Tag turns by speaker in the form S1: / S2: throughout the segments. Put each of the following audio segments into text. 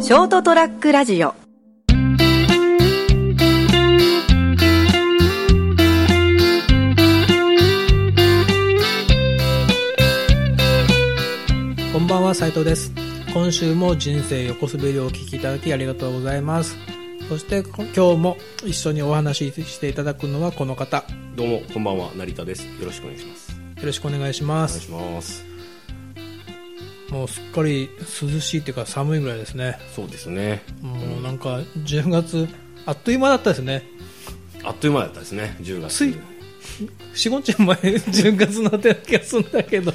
S1: ショートトラックラジオ
S2: こんばんは、斉藤です。今週も人生横滑りをお聞きいただきありがとうございます。そしてこ今日も一緒にお話ししていただくのはこの方。よ
S3: どうもこんばんは成田ですよろしくお願いします
S2: ろしくお願いしま
S3: お願い
S2: す。
S3: します
S2: もうすっかり涼しいっていうか寒いぐらいですね。
S3: そうですね
S2: もうなんか10月、あっという間だったですね。
S3: あっという間だったですね10
S2: つい
S3: 月
S2: 4、5日前、10月 になってる気がするんだけど。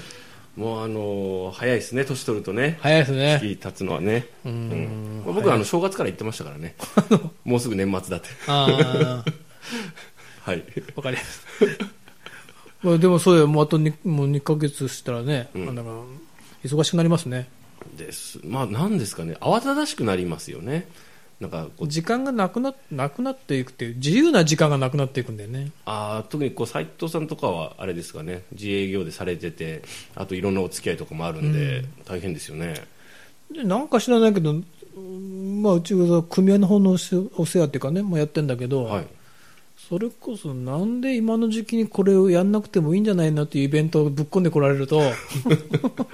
S3: もうあのー早いですね年取るとね
S2: 早いですね。
S3: 月経つのはねうんまあ、僕はあの正月から言ってました からねもうすぐ年末だって
S2: ああ。
S3: はい
S2: わかります。 まあでもそうだよ、もうあとにもう2ヶ月したらね、
S3: ん
S2: なんだか忙しくなりますね。
S3: ですまあ何ですかね慌ただしくなりますよねなんかこう
S2: 時間がなくななくなっていくっていう、自由な時間がなくなっていくんだよね。
S3: あー特にこう斉藤さんとかはあれですかね自営業でされててあといろんなお付き合いとかもあるんで、大変ですよね
S2: でなんか知らないけど、うんまあ、うちは組合の方のお世お世話っていうかね、もうやってんだけど、
S3: はい
S2: それこそなんで今の時期にこれをやんなくてもいいんじゃないのっていうイベントをぶっ込んでこられると、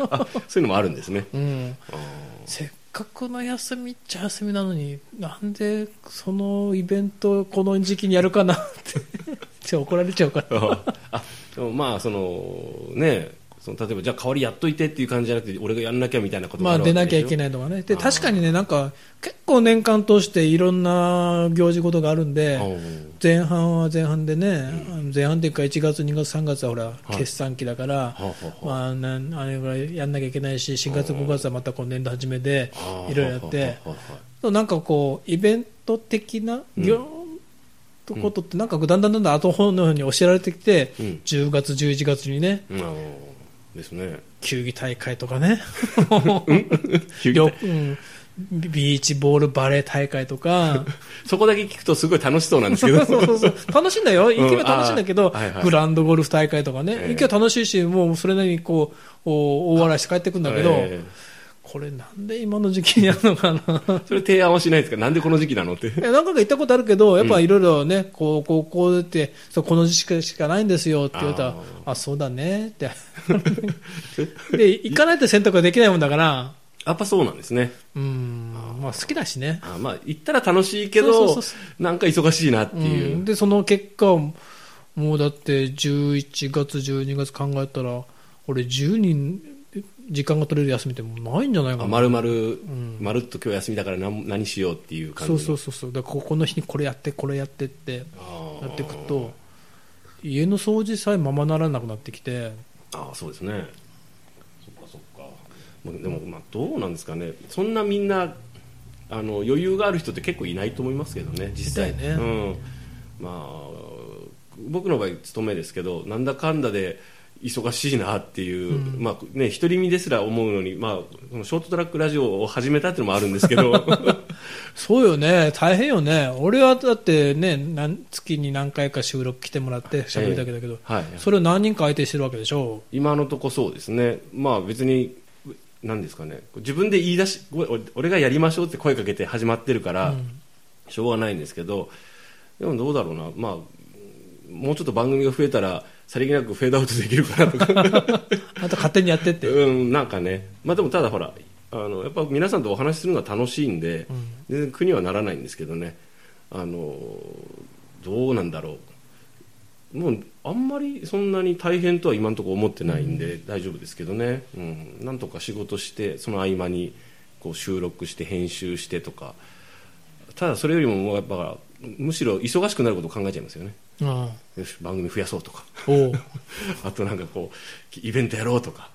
S3: あそういうのもあるんですね
S2: うん、
S3: あー
S2: せっかくの休みっちゃ休みなのになんでそのイベントをこの時期にやるかなって ちょ怒られちゃうから
S3: あでもまあそのねその例えばじゃあ代わりやっといてっていう感じじゃなくて俺がやんなきゃみたいなことも
S2: まあ
S3: るわ
S2: 出
S3: けでし
S2: な
S3: ょ
S2: きゃいけないとかねで
S3: あー
S2: 確かにねなんか結構年間通していろんな行事事があるんで
S3: うん
S2: 前半は前半でね、あの前半っていうか1月2月3月はほら、決算期だから、
S3: はあはあ
S2: まあ、なんあれぐらいやんなきゃいけないし4月5月はまた今年度初めで
S3: あー
S2: いろいろやって。
S3: はあはあは
S2: なんかこうイベント的な
S3: うん
S2: 業とことってなんかこうだんだんだんだん後方のように教えられてきて、
S3: うん
S2: 10月11月にね
S3: あうんあのですね
S2: 球技大会とか ね
S3: 球技
S2: 旅
S3: 大
S2: うんビーチボールバレー大会と か
S3: そこだけ聞くとすごい楽しそうなんですけ
S2: そう
S3: ど
S2: そうそう楽しいんだよ行けば楽しいんだけど、
S3: あーはいはい
S2: グランドゴルフ大会とかね、
S3: ええ
S2: 行けば楽しいしもうそれなりにこうお大笑いして帰ってくるんだけど、
S3: え
S2: これなんで今の時期にやるのかな
S3: ーそれ提案はしないですかなんでこの時期なのって
S2: いや何回か行ったことあるけど、やっぱいろいろね、こう、こう、こうって、そうこの時期しかないんですよって言ったら
S3: あ、
S2: あそうだね って。で、行かないと選択ができないもんだから、
S3: やっぱそうなんですね
S2: うん、まあ好きだしね。
S3: あまあ行ったら楽しいけど
S2: そうそうそ
S3: なんか忙しいなってい
S2: う
S3: う、
S2: ん、で、その結果、もうだって11月、12月考えたら、俺10人、時間が取れる休みってもうないんじゃないか
S3: あ
S2: な。
S3: まるまる、まるっと今日休みだから何何しようっていう感じ
S2: そ
S3: の
S2: うそうそうそう。だからここの日にこれやって、これやってって、
S3: あ
S2: や
S3: ー
S2: っていくと、家の掃除さえままならなくなってきて、
S3: ああそうですねそっかそっかまあでもまあどうなんですかねそんなみんなあの余裕がある人って結構いないと思いますけどね実際
S2: だよ
S3: うん、まあ僕の場合勤めですけどなんだかんだで忙しいなっていう、まあね独り身ですら思うのに、まあ、このショートトラックラジオを始めたっていうのもあるんですけど
S2: そうよね、大変よね、俺はだってね、なん月に何回か収録来てもらって喋るだけだけど、
S3: はい
S2: それを何人か相手にしてるわけでしょ、
S3: 今のとこそうですね、まあ、別に何ですかね自分で言い出しご俺俺がやりましょうって声かけて始まってるから、しょうがないんですけどでもどうだろうな、まあ、もうちょっと番組が増えたらさりげなくフェードアウトできるかなとか
S2: あと勝手にやってって、
S3: うんなんかね、まあ、でもただほらあのやっぱ皆さんとお話しするのは楽しいんで、全然苦にはならないんですけどねあのどうなんだろうもうあんまりそんなに大変とは今のところ思ってないんで大丈夫ですけどね、うん、なんとか仕事してその合間にこう収録して編集してとかただそれよりももうやっぱむしろ忙しくなることを考えちゃいますよね
S2: うん、
S3: よし番組増やそうとか
S2: おう
S3: あとなんかこうイベントやろうとか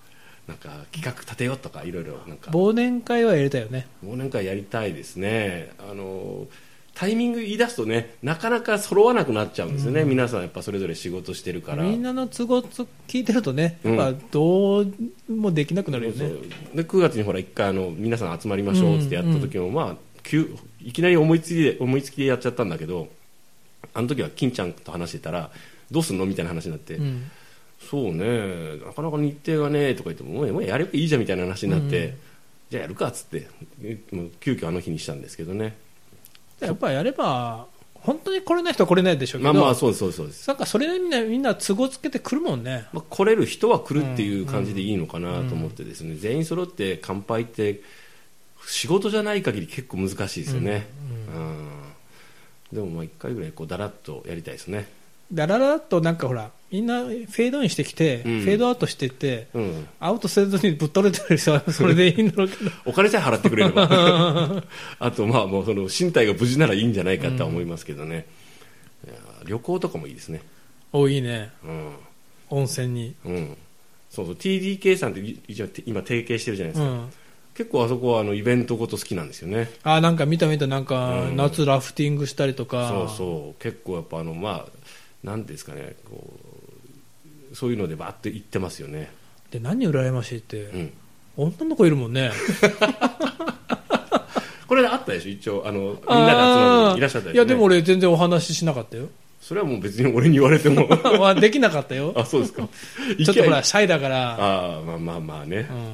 S3: なんか企画立てようとかいろいろなんか
S2: 忘年会はやりたいよね、
S3: 忘年会やりたいですねあのタイミング言い出すとねなかなか揃わなくなっちゃうんですよね、皆さんやっぱそれぞれ仕事してるから
S2: みんなの都合つ聞いてるとね、
S3: うん
S2: やっぱどうもできなくなるよ
S3: そう
S2: ね、
S3: で9月にほら一回あの皆さん集まりましょうってやった時も、まあ急いきなり思いつきで思いつきでやっちゃったんだけどあの時は金ちゃんと話してたらどうすんのみたいな話になって、
S2: うん
S3: そうねなかなか日程がねとか言ってももうもうやればいいじゃんみたいな話になって、じゃあやるかっつってえもう急遽あの日にしたんですけどね
S2: やっぱやれば本当に来れない人は来れないでしょうけ
S3: ま
S2: ど、
S3: あまあそうですそうですそうです、
S2: なんかそれでみんなみんな都合つけてくるもんね
S3: まあ、来れる人は来るっていう感じでいいのかなと思ってですね、全員揃って乾杯って仕事じゃない限り結構難しいですよね、うんでもまあ1回ぐらいこうだらっとやりたいですね
S2: だらだらっとなんかほらみんなフェードインしてきて、
S3: うん
S2: フェードアウトしてって、
S3: うん
S2: アウトせずにぶっ倒れてる人は それでいいんだろうけど
S3: お金さえ払ってくれれば あとまあもうその身体が無事ならいいんじゃないかとは思いますけどね、いや旅行とかもいいですね
S2: おいいね
S3: うん
S2: 温泉に、
S3: うんそうそう TDK さんって一応今提携してるじゃないで
S2: う
S3: すか、
S2: ん、
S3: 結構あそこはあのイベントごと好きなんですよね
S2: あなんか見た見たなんか、
S3: うん
S2: 夏ラフティングしたりとか
S3: そうそう結構やっぱあのまあ何ですかねこうそういうのでバーって行ってますよね
S2: で何羨ましいって、
S3: うん
S2: 女の子いるもんね
S3: これあったでしょ一応あのみんなが集ま
S2: あ
S3: る
S2: ー
S3: いらっしゃったでしょ、ね、
S2: いやでも俺全然お話ししなかったよ
S3: それはもう別に俺に言われても
S2: まあできなかったよ
S3: あそうですか
S2: ちょっとほら
S3: あ
S2: シャイだから、
S3: あーまあまあまあね、
S2: う
S3: も
S2: ん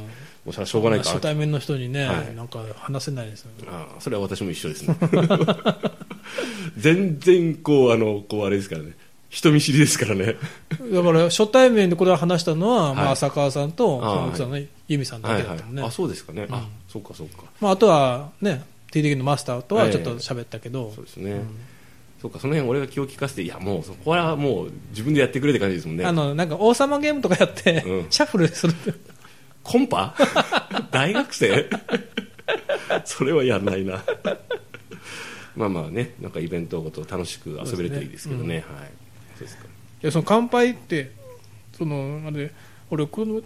S3: うしゃしょうがないか
S2: 初対面の人にね、
S3: はい
S2: なんか話せないですよね
S3: ああそれは私も一緒ですね 全然こうあのこうあれですからね人見知りですからね
S2: だから初対面でこれを話したのは、
S3: い
S2: まあ、浅川さんとそ
S3: あー
S2: の奥さんの由美さんだ
S3: は
S2: け
S3: い
S2: だ
S3: は
S2: っ
S3: い
S2: たもんね、
S3: あそうですかね、
S2: うん
S3: あそうかそうか
S2: まあ、あとはね TDK のマスターとはちょっと喋ったけど、
S3: そうですね、そうかその辺俺が気を利かせていやもうそこはもう自分でやってくれって感じですもんね
S2: あのなんか王様ゲームとかやって、
S3: うん
S2: シャッフルするって
S3: コンパ 大学生 それはやんないなまあまあねなんかイベントごと楽しく遊べるといいですけどねはいそうですか
S2: いやその乾杯ってそのあれ俺この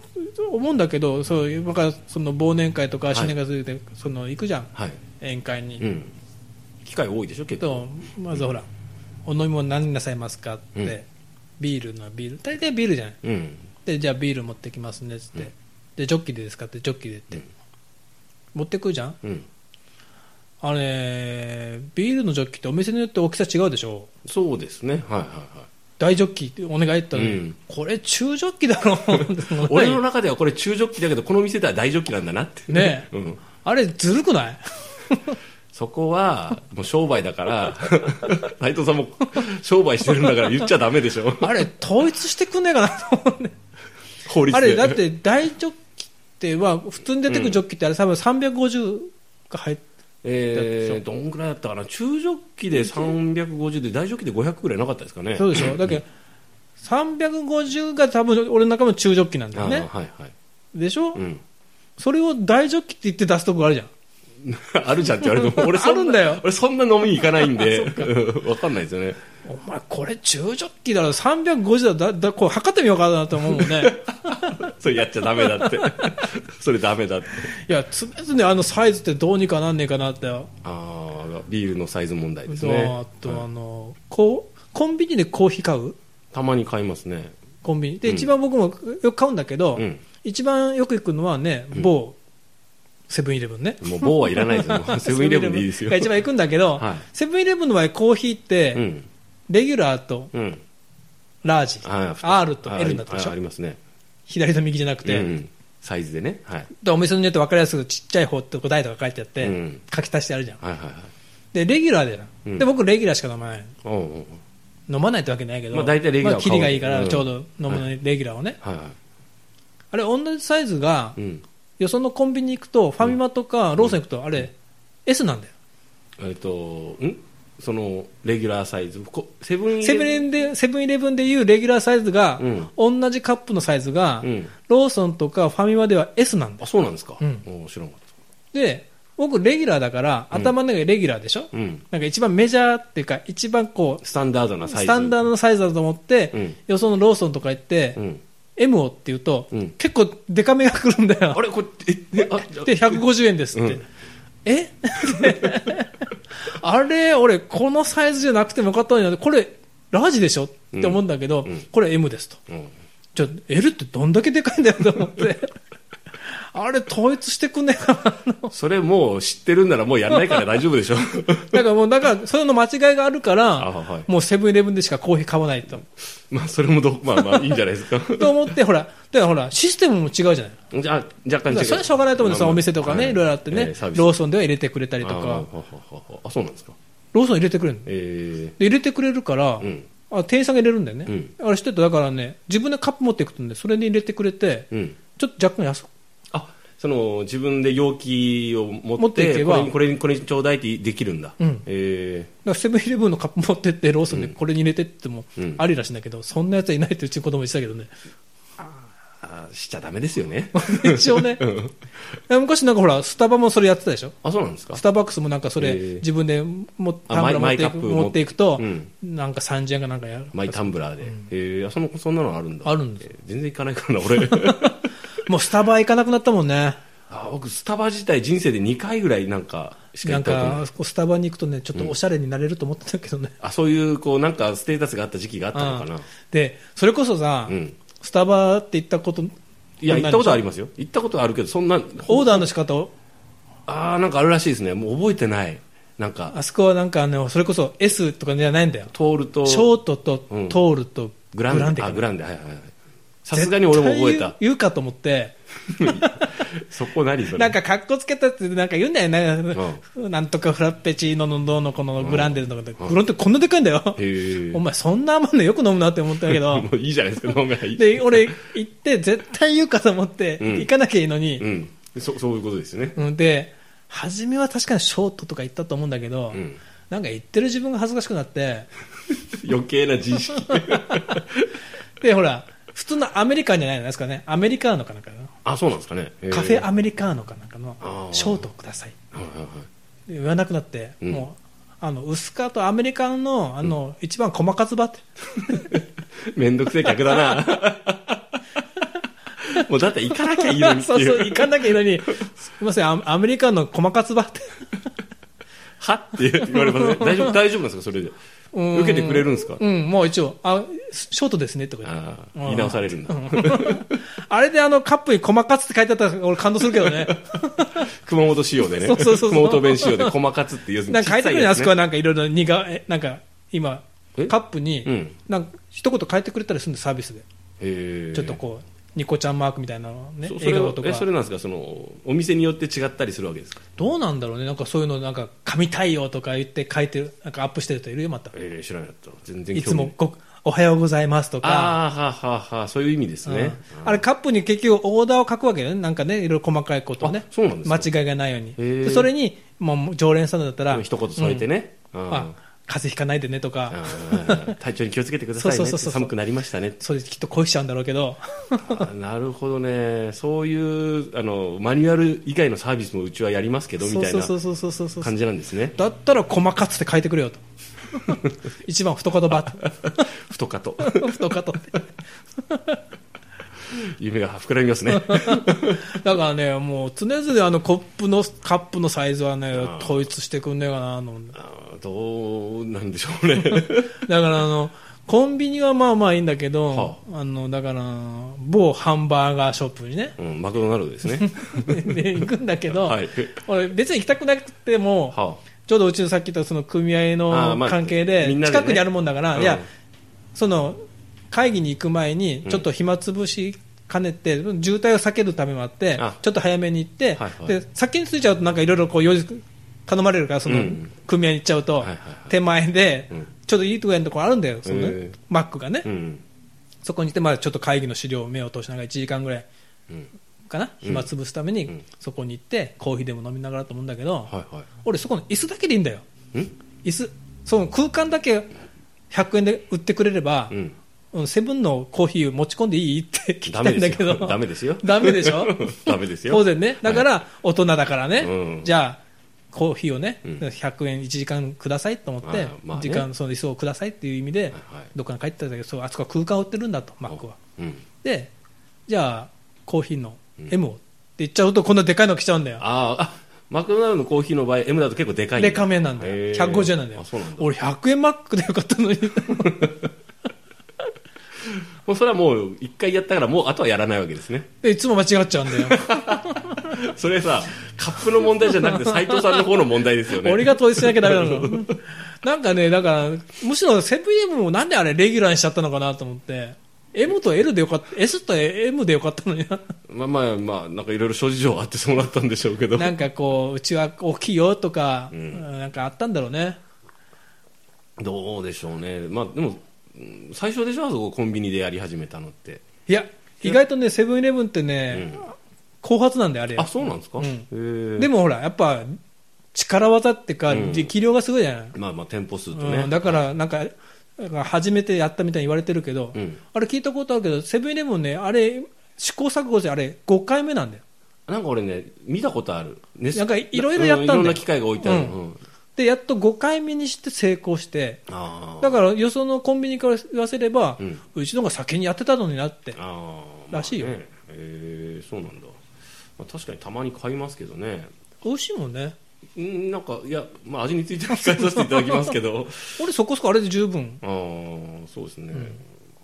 S2: 思うんだけどそう今からその忘年会とか
S3: い
S2: 新年会とかその行くじゃん
S3: はい
S2: 宴会に、
S3: うん機会多いでしょ結構
S2: とまずほら、お飲み物何なさいますかって、
S3: うん
S2: ビールなビール大体ビールじゃない
S3: うん
S2: でじゃあビール持ってきますねっつって、
S3: うん
S2: でジョッキでですかってジョッキでって、
S3: うん
S2: 持ってくるじゃん
S3: うん
S2: あれビールのジョッキってお店によって大きさ違うでしょ
S3: そうですねはいはいはい
S2: 大ジョッキお願いって言ったのに、
S3: うん
S2: これ中ジョッキだろ
S3: 俺の中ではこれ中ジョッキだけどこの店では大ジョッキなんだなって
S2: ね
S3: うん、
S2: あれずるくない
S3: そこはもう商売だから 内藤さんも商売してるんだから言っちゃダメでし ょ
S2: あれ統一してくんねえかなと思うね
S3: 法律
S2: あ
S3: で
S2: れだって大ジョッキっては普通に出てくるジョッキってあれ多分350が入って
S3: えー、どんぐらいだったかな中ジョッキで350で大ジョッキで500ぐらいなかったですかね
S2: そうでしょだけど350が多分俺の中の中ジョッキなんだ
S3: あ
S2: よ
S3: ー
S2: ね
S3: はいはい、
S2: でしょ、
S3: うん、
S2: それを大ジョッキって言って出すとこあるじゃん
S3: あるじゃんって言われても俺そ
S2: あるん
S3: な
S2: だよ
S3: 俺そんな飲みに行かないん でうんわかんないですよね
S2: お前これ中ジョッキだろ350だだだこう測ってみようかなと思うもん ね
S3: それやっちゃダメだって それダメだって
S2: いや常々あのサイズってどうにかなんねえかなって
S3: ああビールのサイズ問題です
S2: そう
S3: ね
S2: あと
S3: は
S2: あ
S3: い
S2: の、こうコンビニでコーヒー買う
S3: たまに買いますね
S2: コンビニで
S3: うん
S2: 一番僕もよく買うんだけど、
S3: うん
S2: 一番よく行くのはね某セブンイレブンね
S3: もう棒はいらない ですよもうセブンイレブンでいいですよ
S2: が一番行くんだけど、
S3: はい
S2: セブンイレブンの場合コーヒーって、
S3: うん
S2: レギュラーと
S3: うん
S2: ラージ、
S3: はい
S2: R と
S3: はい
S2: L になってるでしょ
S3: ありますね
S2: 左と右じゃなくて、
S3: うんサイズでねはい
S2: でお店によって分かりやすくちっちゃい方って答えとか書いてあって、
S3: うん
S2: 書き足してあるじゃん
S3: はいはいはい
S2: でレギュラーでな、
S3: うん
S2: で僕レギュラーしか飲まない
S3: おうおうおう
S2: 飲まないってわけないけど、
S3: まあ大体レギュラーを
S2: まあキリがいいか
S3: 買う
S2: ら
S3: うん
S2: ちょうど飲むのにレギュラーをね、
S3: はいはい
S2: あれ同じサイズが、
S3: うん
S2: よそのコンビニ行くとファミマとかローソン行くとあれ S なんだよ、
S3: えっとんそのレギュラーサイズこセブンイ
S2: セ
S3: レ
S2: ブ
S3: ブ
S2: ン
S3: ン
S2: でセブンイレブンでいうレギュラーサイズが、同じカップのサイズが、
S3: うん
S2: ローソンとかファミマでは S なんだよ
S3: あそうなんですか、
S2: うん
S3: お知らなかっ
S2: で僕レギュラーだから
S3: うん
S2: 頭の中でレギュラーでしょ、
S3: た、うん、
S2: なんか一番メジャーっていうか一番こう
S3: スタンダードなサイズ
S2: スタンダードのサイズだと思って、
S3: うん
S2: よそのローソンとか行って、
S3: うん、
S2: M をって言うと、
S3: うん
S2: 結構デカめが来るんだよ
S3: あれこれええあじゃあ
S2: で150円ですって、
S3: うん
S2: え あれ俺このサイズじゃなくてもよかったのになこれラージでしょって思うんだけど、
S3: うんうん
S2: これ M ですと
S3: うん
S2: じゃあ L ってどんだけでかいんだよと思ってああれ統一してくんねえかな
S3: それもう知ってるんならもうやんないから大丈夫でしょ
S2: なんかもうだからそれの間違いがあるから、
S3: あはい
S2: もうセブンイレブンでしかコーヒー買わないと
S3: まあそれもどうまあまあいいんじゃないですか
S2: と思ってほらだからほらシステムも違うじゃない
S3: じゃあ若干
S2: だから
S3: 違う
S2: それはしょうがないと思うんですよ、
S3: まあまあ
S2: お店とかね、
S3: はい
S2: ろいろあってね、
S3: えーサービス
S2: ローソンでは入れてくれたり
S3: あー
S2: と
S3: はは
S2: か、
S3: ははあそうなんですか
S2: ローソン入れてくれるの、で
S3: え
S2: 入れてくれるから、
S3: えうん
S2: あ店員さんが入れるんだよね、
S3: うん
S2: あれ知ってた、だからね、自分でカップ持っていくんで、それに入れてくれて、
S3: うん
S2: ちょっと若干安く、
S3: あその自分で容器を持って
S2: 持っていけば
S3: これにこれにこれにちょうだいってできるんだ、
S2: うん
S3: え
S2: だからセブンイレブンのカップ持ってって、ローソンでこれに入れてっても
S3: うん
S2: ありらしいんだけど、そんなやつはいないってうちの子供言ってたけ どね、
S3: ーあーしちゃダメですよね
S2: 一応ね、昔なんかほら、スタバもそれやってたでしょ。
S3: あそうなんですか
S2: スターバックスもなんかそ
S3: え
S2: れ
S3: ー
S2: 自分でも
S3: あ
S2: タンブラー
S3: マ
S2: 持っ
S3: イ
S2: てい
S3: マイ
S2: く
S3: カップ持っ
S2: 持っていくと、
S3: うん
S2: なんか30円かなんかやる
S3: マイタンブラーで、ええあそのそんなのあるんだ
S2: あるんですよ
S3: えー全然行かないからな 俺
S2: もうスタバ行かなくなったもんね
S3: あ僕スタバ自体人生で2回ぐらいなんかし
S2: な
S3: か行
S2: ん
S3: ったことない
S2: かこうスタバに行くとねちょっとおしゃれになれると思ってたけどね、
S3: あそういうこうなんかステータスがあった時期があったのかな、
S2: でそれこそさ、
S3: うん
S2: スタバって行ったこと
S3: いや行ったことあり
S2: ま
S3: ますよ行ったことあるけどそんな
S2: オーダーの仕方を
S3: ああなんかあるらしいですねもう覚えてないなんか
S2: あそこはなんかあのそれこそ S とかじゃないんだよ
S3: 通ると
S2: ショートと
S3: うん
S2: トールと
S3: グランデ
S2: か
S3: あグランデはいはいはいさすがに俺も覚え
S2: 絶対
S3: た
S2: 言う言うかと思って
S3: そこ何それ
S2: なんかかっこつけたってなんか言うんだよね、なんとかフラッペチーノのどうのこのグランデルとかって、グロンってこんなでかいんだよ、
S3: へえ
S2: お前、そんな甘いのよく飲むなって思ったけど
S3: も、ういいじゃないですか飲めばいい
S2: で俺、行って、絶対言うかと思って、
S3: うん
S2: 行かなきゃいいの
S3: う
S2: に、
S3: んそそういうことですよね
S2: うん、で、初めは確かにショートとか行ったと思うんだけど、
S3: うん
S2: なんか行ってる自分が恥ずかしくなって、
S3: 余計な自 意識
S2: で、ほら、普通のアメリカンじゃないですかね、アメリカーノかなんかの、
S3: あそうなんですかね
S2: カフェ
S3: ア
S2: アメリカーノかなんかの
S3: あ、ー
S2: ショートください。
S3: はいはいはい
S2: 言わなくなって、
S3: うん
S2: もうあの薄皮とアメリカンのあの、一番細かつばって
S3: めんどくせえ客だな もうだって行かな きゃいいのにって
S2: そう
S3: い
S2: そうう行かなきゃいいのにすいませんアアメリカンの細かつば って
S3: はって言われ ますね。大丈夫、大丈夫なんですかそれで。
S2: うん
S3: 受けてくれるんですか
S2: うんもう一応あショートですねとか言って
S3: ああ、言い直されるんだ。
S2: あれであのカップに細かつって書いてあったら俺感動するけどね
S3: 熊本仕様でね。
S2: そうそうそうそう
S3: 熊本弁仕様で、細かつって要す る
S2: なん
S3: に
S2: か書
S3: 小
S2: いてく
S3: さ
S2: る
S3: い
S2: ね
S3: や
S2: あ
S3: つ
S2: そ
S3: ね
S2: こはなんかいろいろ苦えなんか今カ
S3: え
S2: ップに、
S3: うん
S2: なんか一言書いてくれたりするんでサービスで
S3: へえ
S2: ちょっとこうニコちゃんマークみたいなのね
S3: そそ
S2: 笑
S3: れ
S2: 顔
S3: は
S2: とか
S3: えそれなんですかそのお店によって違ったりするわけですか
S2: どうなんだろうね、なんかそういうの、なんか神対応とか言って書いてる、なんかアップしてる人いるよ、また。
S3: ええ知らなかった全然
S2: い
S3: 興
S2: つ
S3: 味ない
S2: もごおはようございますとか。
S3: ああはあはあはあそういう意味ですね
S2: うんあれカップに結局オーダーを書くわけよね、なんかね、いろいろ細かいことをね
S3: あ、そうなんですか
S2: 間違いがないように、
S3: へー
S2: でそれに、もう常連さんだったら、
S3: 一言添えてね
S2: う、
S3: うんん
S2: あ風邪ひかないでねと
S3: あ
S2: か、
S3: あ体調に気をつけてください
S2: そうそ
S3: ね
S2: うそうそう
S3: 寒くなりましたね
S2: それきっと恋しちゃうんだろうけど、
S3: あなるほどねそういうあのマニュアル以外のサービスもうちはやりますけどみ
S2: そう
S3: たい
S2: そう
S3: な
S2: そうそうそうそうそう、
S3: 感じなんで すね
S2: だったら細かつって書いてくれよと、 一番太言ばっ
S3: 太かと
S2: て、太かとって。
S3: 夢が膨らみま すね
S2: だからね、もう常々あのコップの、カップのサイズはね
S3: あ、ー
S2: 統一してくんねえかなと思うんだ。
S3: あーどうなんでしょうね
S2: だからあの、コンビニはまあまあいいんだけど、
S3: は、
S2: あ、の、だから、某ハンバーガーショップにね
S3: うんマクドナルドで すね
S2: で行くんだけど、
S3: はい
S2: 俺別に行きたくなくても、
S3: は
S2: ちょうどうちのさっき言ったその組合
S3: あー
S2: の
S3: まあ
S2: 関係
S3: み
S2: で、
S3: んなでね
S2: 近くにあるもんだから、
S3: うん
S2: いや、その、会議に行く前に、ちょっと暇つぶし兼ねて、渋滞を避けるためもあって
S3: あ、
S2: ちょっと早めに行って、
S3: はいはい
S2: で、先に着いちゃうとなんかいろいろこう、用事頼まれるから、その
S3: うん、
S2: 組合に行っちゃうと
S3: はいはいは、い
S2: 手前で
S3: うん、
S2: ちょっといいとこやのとこあるんだよ、その
S3: へ
S2: ね
S3: ー、
S2: マックがね
S3: あう。ん
S2: そこに行って、まあちょっと会議の資料を目を通しながら1時間ぐらい
S3: うん
S2: かな、暇つぶすため
S3: うん
S2: に、そこに行って、コーヒーでも飲みながらと思うんだけど、
S3: はいはい
S2: 俺そこの椅子だけでいいんだよ。
S3: ん
S2: 椅子その空間だけ100円で売ってくれれば
S3: う、ん
S2: うんセブンのコーヒー持ち込んでいいって聞きたいんだけど、
S3: ダメですよ
S2: ダメでしょ
S3: ダメですよ
S2: 当然ね、だから大人だからね、
S3: うん
S2: じゃあ、コーヒーをね、
S3: うん
S2: 100円1時間くださいと思っ
S3: あ
S2: て
S3: ー、まあね
S2: 時間、その椅子をくださいっていう意味で、
S3: はい
S2: どっかに帰ってたんだけど、そうあそこは空間を売ってるんだと、マックは。
S3: うん
S2: で、じゃあ、コーヒーの M をって言っちゃうと、こんなでかいの来ちゃうんだよ。
S3: あーあマクドナルドのコーヒーの場合 M だと結構でかいんだ
S2: でかめなんだよ、
S3: へー
S2: 150円なんだよ
S3: あそうなんだ、
S2: 俺、100円マックでよかったのに、
S3: もうそれはもう一回やったからもうあとはやらないわけですね
S2: でいつも間違っちゃうん だよ。
S3: それさカップの問題じゃなくて斉藤さんの方の問題ですよね
S2: 俺が統一しなきゃダメな の。なんかね、だから、むしろセブンイレブンもなんであれレギュラーにしちゃったのかなと思って。M と L でよかった、S と M でよかったのにな。
S3: まあまあまあなんかいろいろ諸事情あってそうなったんでしょうけど
S2: なんかこう、うちは大きいよとか、なんかあったんだろうね。
S3: どうでしょうねまあでもうん最初でしょあそこコンビニでやり始めたのって
S2: いや、意外とね、セブンイレブンってね、後発なんだよ、あれ。
S3: あそうなんですか、
S2: うん
S3: へえ
S2: でもほら、やっぱ、力技ってか、
S3: うん
S2: 力量がすごいじゃない。
S3: まあまあ店舗数とね、
S2: うん、だから、なんか、なんか初めてやったみたいに言われてるけど、
S3: うん
S2: あれ聞いたことあるけど、セブンイレブンね、あれ、試行錯誤して、あれ、5回目なんだよ。
S3: なんか俺ね見たことあるね
S2: なんかいろいろやったんだよ
S3: ういろんな機械が置いてある、
S2: うん
S3: うん
S2: で、やっと5回目にして成功して、
S3: あ
S2: だから、よそのコンビニから言わせれば、
S3: う
S2: うんちの方が先にやってたのになって、
S3: あああ
S2: らしいよ
S3: まあねへえそうなんだ、まあ、確かにたまに買いますけどね
S2: 美味しいもんね。
S3: うんなんかいや、まあ、味については控えさせていただきますけど
S2: 俺、そこそこあれで十分。
S3: ああそうですね、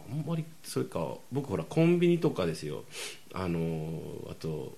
S3: あんまりそれか僕ほらコンビニとかですよあのーあと、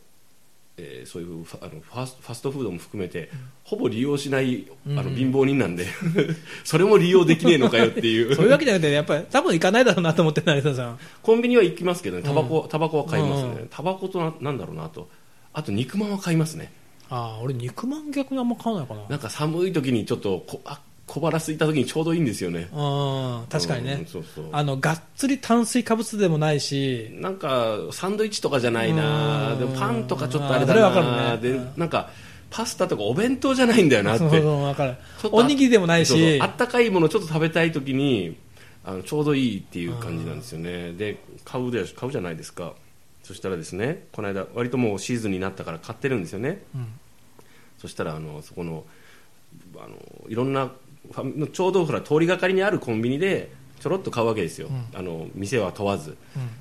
S3: えーそういうファあのファスファストフードも含めて、ほぼ利用しないあの
S2: うん
S3: 貧乏人なんで、 それも利用できねえのかよってい う
S2: そういうわけじゃなくて、やっぱり、多分行かないだろうなと思って、成田さん。
S3: コンビニは行きますけどねタバコタバコは買います
S2: う
S3: ねタバコとななんだろうなとあと肉まんは買いますね
S2: ああ、俺、肉まん逆にあんま買わないかな。
S3: なんか寒い時にちょっとこあ小腹空いた時にちょうどいいんですよね
S2: うん、確かに
S3: うん
S2: ね。
S3: そうそう
S2: あの、がっつり炭水化物でもないし、
S3: なんかサンドイッチとかじゃないな
S2: うん
S3: でもパンとかちょっとあれだ
S2: あそれわか
S3: な
S2: るね
S3: で
S2: うん
S3: なんかパスタとかお弁当じゃないんだよなって
S2: そうそうそうわかる
S3: ちょっとあ
S2: おにぎりでもないし
S3: そうそうあったかいものちょっと食べたい時にあのちょうどいいっていう感じなんですよねで買うで買うじゃないですかそしたらですねこの間割ともうシーズンになったから買ってるんですよね
S2: うん
S3: そしたらあのそこのあのいろんなファミちょうどほら通りがかりにあるコンビニでちょろっと買うわけですよ、
S2: う
S3: あの店は問わず、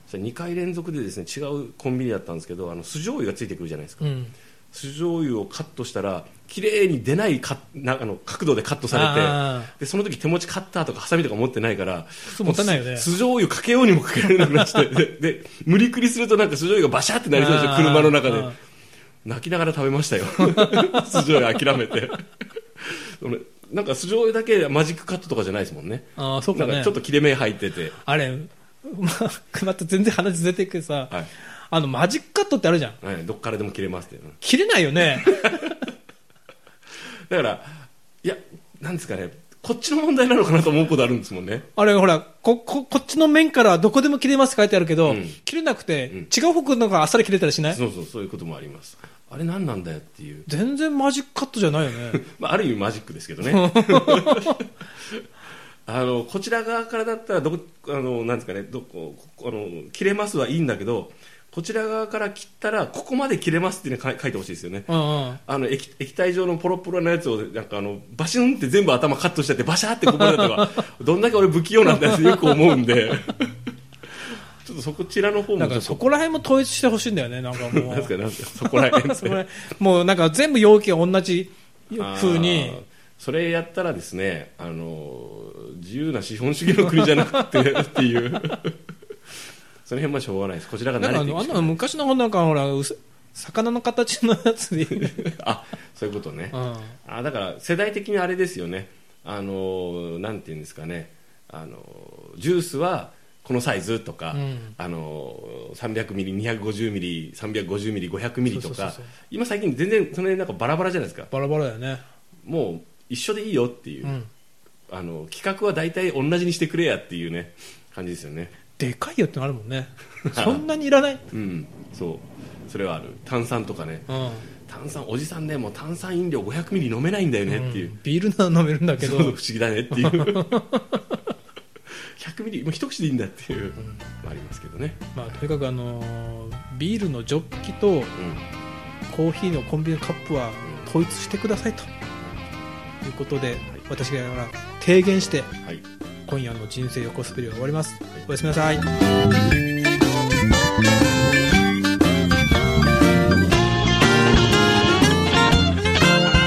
S3: それ2回連続でですね違うコンビニだったんですけどあの酢醤油がついてくるじゃないですか、
S2: うんうん
S3: 酢醤油をカットしたら綺麗に出ないかなあの角度でカットさ
S2: あ
S3: れてでその時手持ちカッターとかハサミとか持ってないから
S2: そう持たないよね
S3: もう酢酢醤油かけようにもかけられなくなっちゃって でで無理くりするとなんか酢醤油がバシャってなりそうでしょ
S2: あー
S3: 車の中
S2: あ
S3: で
S2: ー
S3: 泣きながら食べましたよ 酢醤油諦めてそのなんか酢醤油だけマジックカットとかじゃないですもんね
S2: あああそうか
S3: なん
S2: ね
S3: かちょっと切れ目入ってて
S2: あれまあまた全然話ずれていくけどさ、
S3: はい
S2: あのマジックカットってあるじゃん
S3: はいどっからでも切れますってうん
S2: 切れないよね
S3: だから、いや、なんですかね、こっちの問題なのかなと思うことあるんですもんね。
S2: あれほらこここっちの面からどこでも切れますって書いてあるけど、
S3: うん
S2: 切れなくて、
S3: ん
S2: 違う方向の方があっさり切れたりしない
S3: そうそう、そういうこともあります。あれ何なんだよっていう。
S2: 全然マジックカットじゃないよ ね
S3: まあ、ある意味マジックです けどね。あの、こちら側からだったら、どこ、あの、なんですかね、どこ、こあの、切れますはいいんだけど、こちら側から切ったら、ここまで切れますっていうのを書い書いてほしいですよね。
S2: うんうん
S3: あの液液体状のポロポロのやつをなんかあのバシュンって全部頭カットしちゃってバシャーってこぼれたとか どんだけ俺不器用なんだよってよく思う んでちょっとそこちらの方
S2: な
S3: も
S2: ん
S3: ちょ
S2: か
S3: っと
S2: そこら辺も統一してほしいんだよねなんか も
S3: なん
S2: う
S3: すかなんすかそこら辺です
S2: そこ
S3: ね
S2: ら辺もうなんか全部容器が同じ風
S3: あー
S2: に
S3: それやったらですねあの自由な資本主義の国じゃなく てっていうその辺はしょうがないですこちらが
S2: な
S3: 慣
S2: ん
S3: れ
S2: か
S3: て
S2: あ
S3: い
S2: の
S3: く
S2: あ
S3: し
S2: ん
S3: か
S2: なの昔の
S3: ない
S2: ほんなんかほらうす魚の形のやつでいい、うん、
S3: あそういうことね
S2: あ
S3: あだから世代的にあれですよねあのなんていうんですかねあのジュースはこのサイズとか、
S2: うん
S3: あの300ミリ250ミリ350ミリ500ミリと
S2: そ
S3: か
S2: うそうそうそう
S3: 今最近全然その辺なんかバラバラじゃないですか
S2: バラバラだよね、
S3: もう一緒でいいよっていう、
S2: うん、
S3: あの企画は大体同じにしてくれやっていうね感じですよね
S2: でかいよってなるもん ねそんなにいらない、
S3: うんそうそれはある炭酸とかね
S2: うん
S3: 炭酸おじさんねもう炭酸飲料500ミリ飲めないんだよねっていう、
S2: ビールなら飲めるんだけ
S3: そ
S2: ど
S3: うそう不思議だねっていう 100ミリもう一口でいいんだっていう、まあ、ありますけどね、
S2: まあ、とにかく、あのービールのジョッキと
S3: うん、
S2: コーヒーのコンビニのカップは統一してくださいということで、私が提言して
S3: はい
S2: 今夜の人生横滑りは終わりますおやすみなさい
S1: 「あなたのそばにいるよ」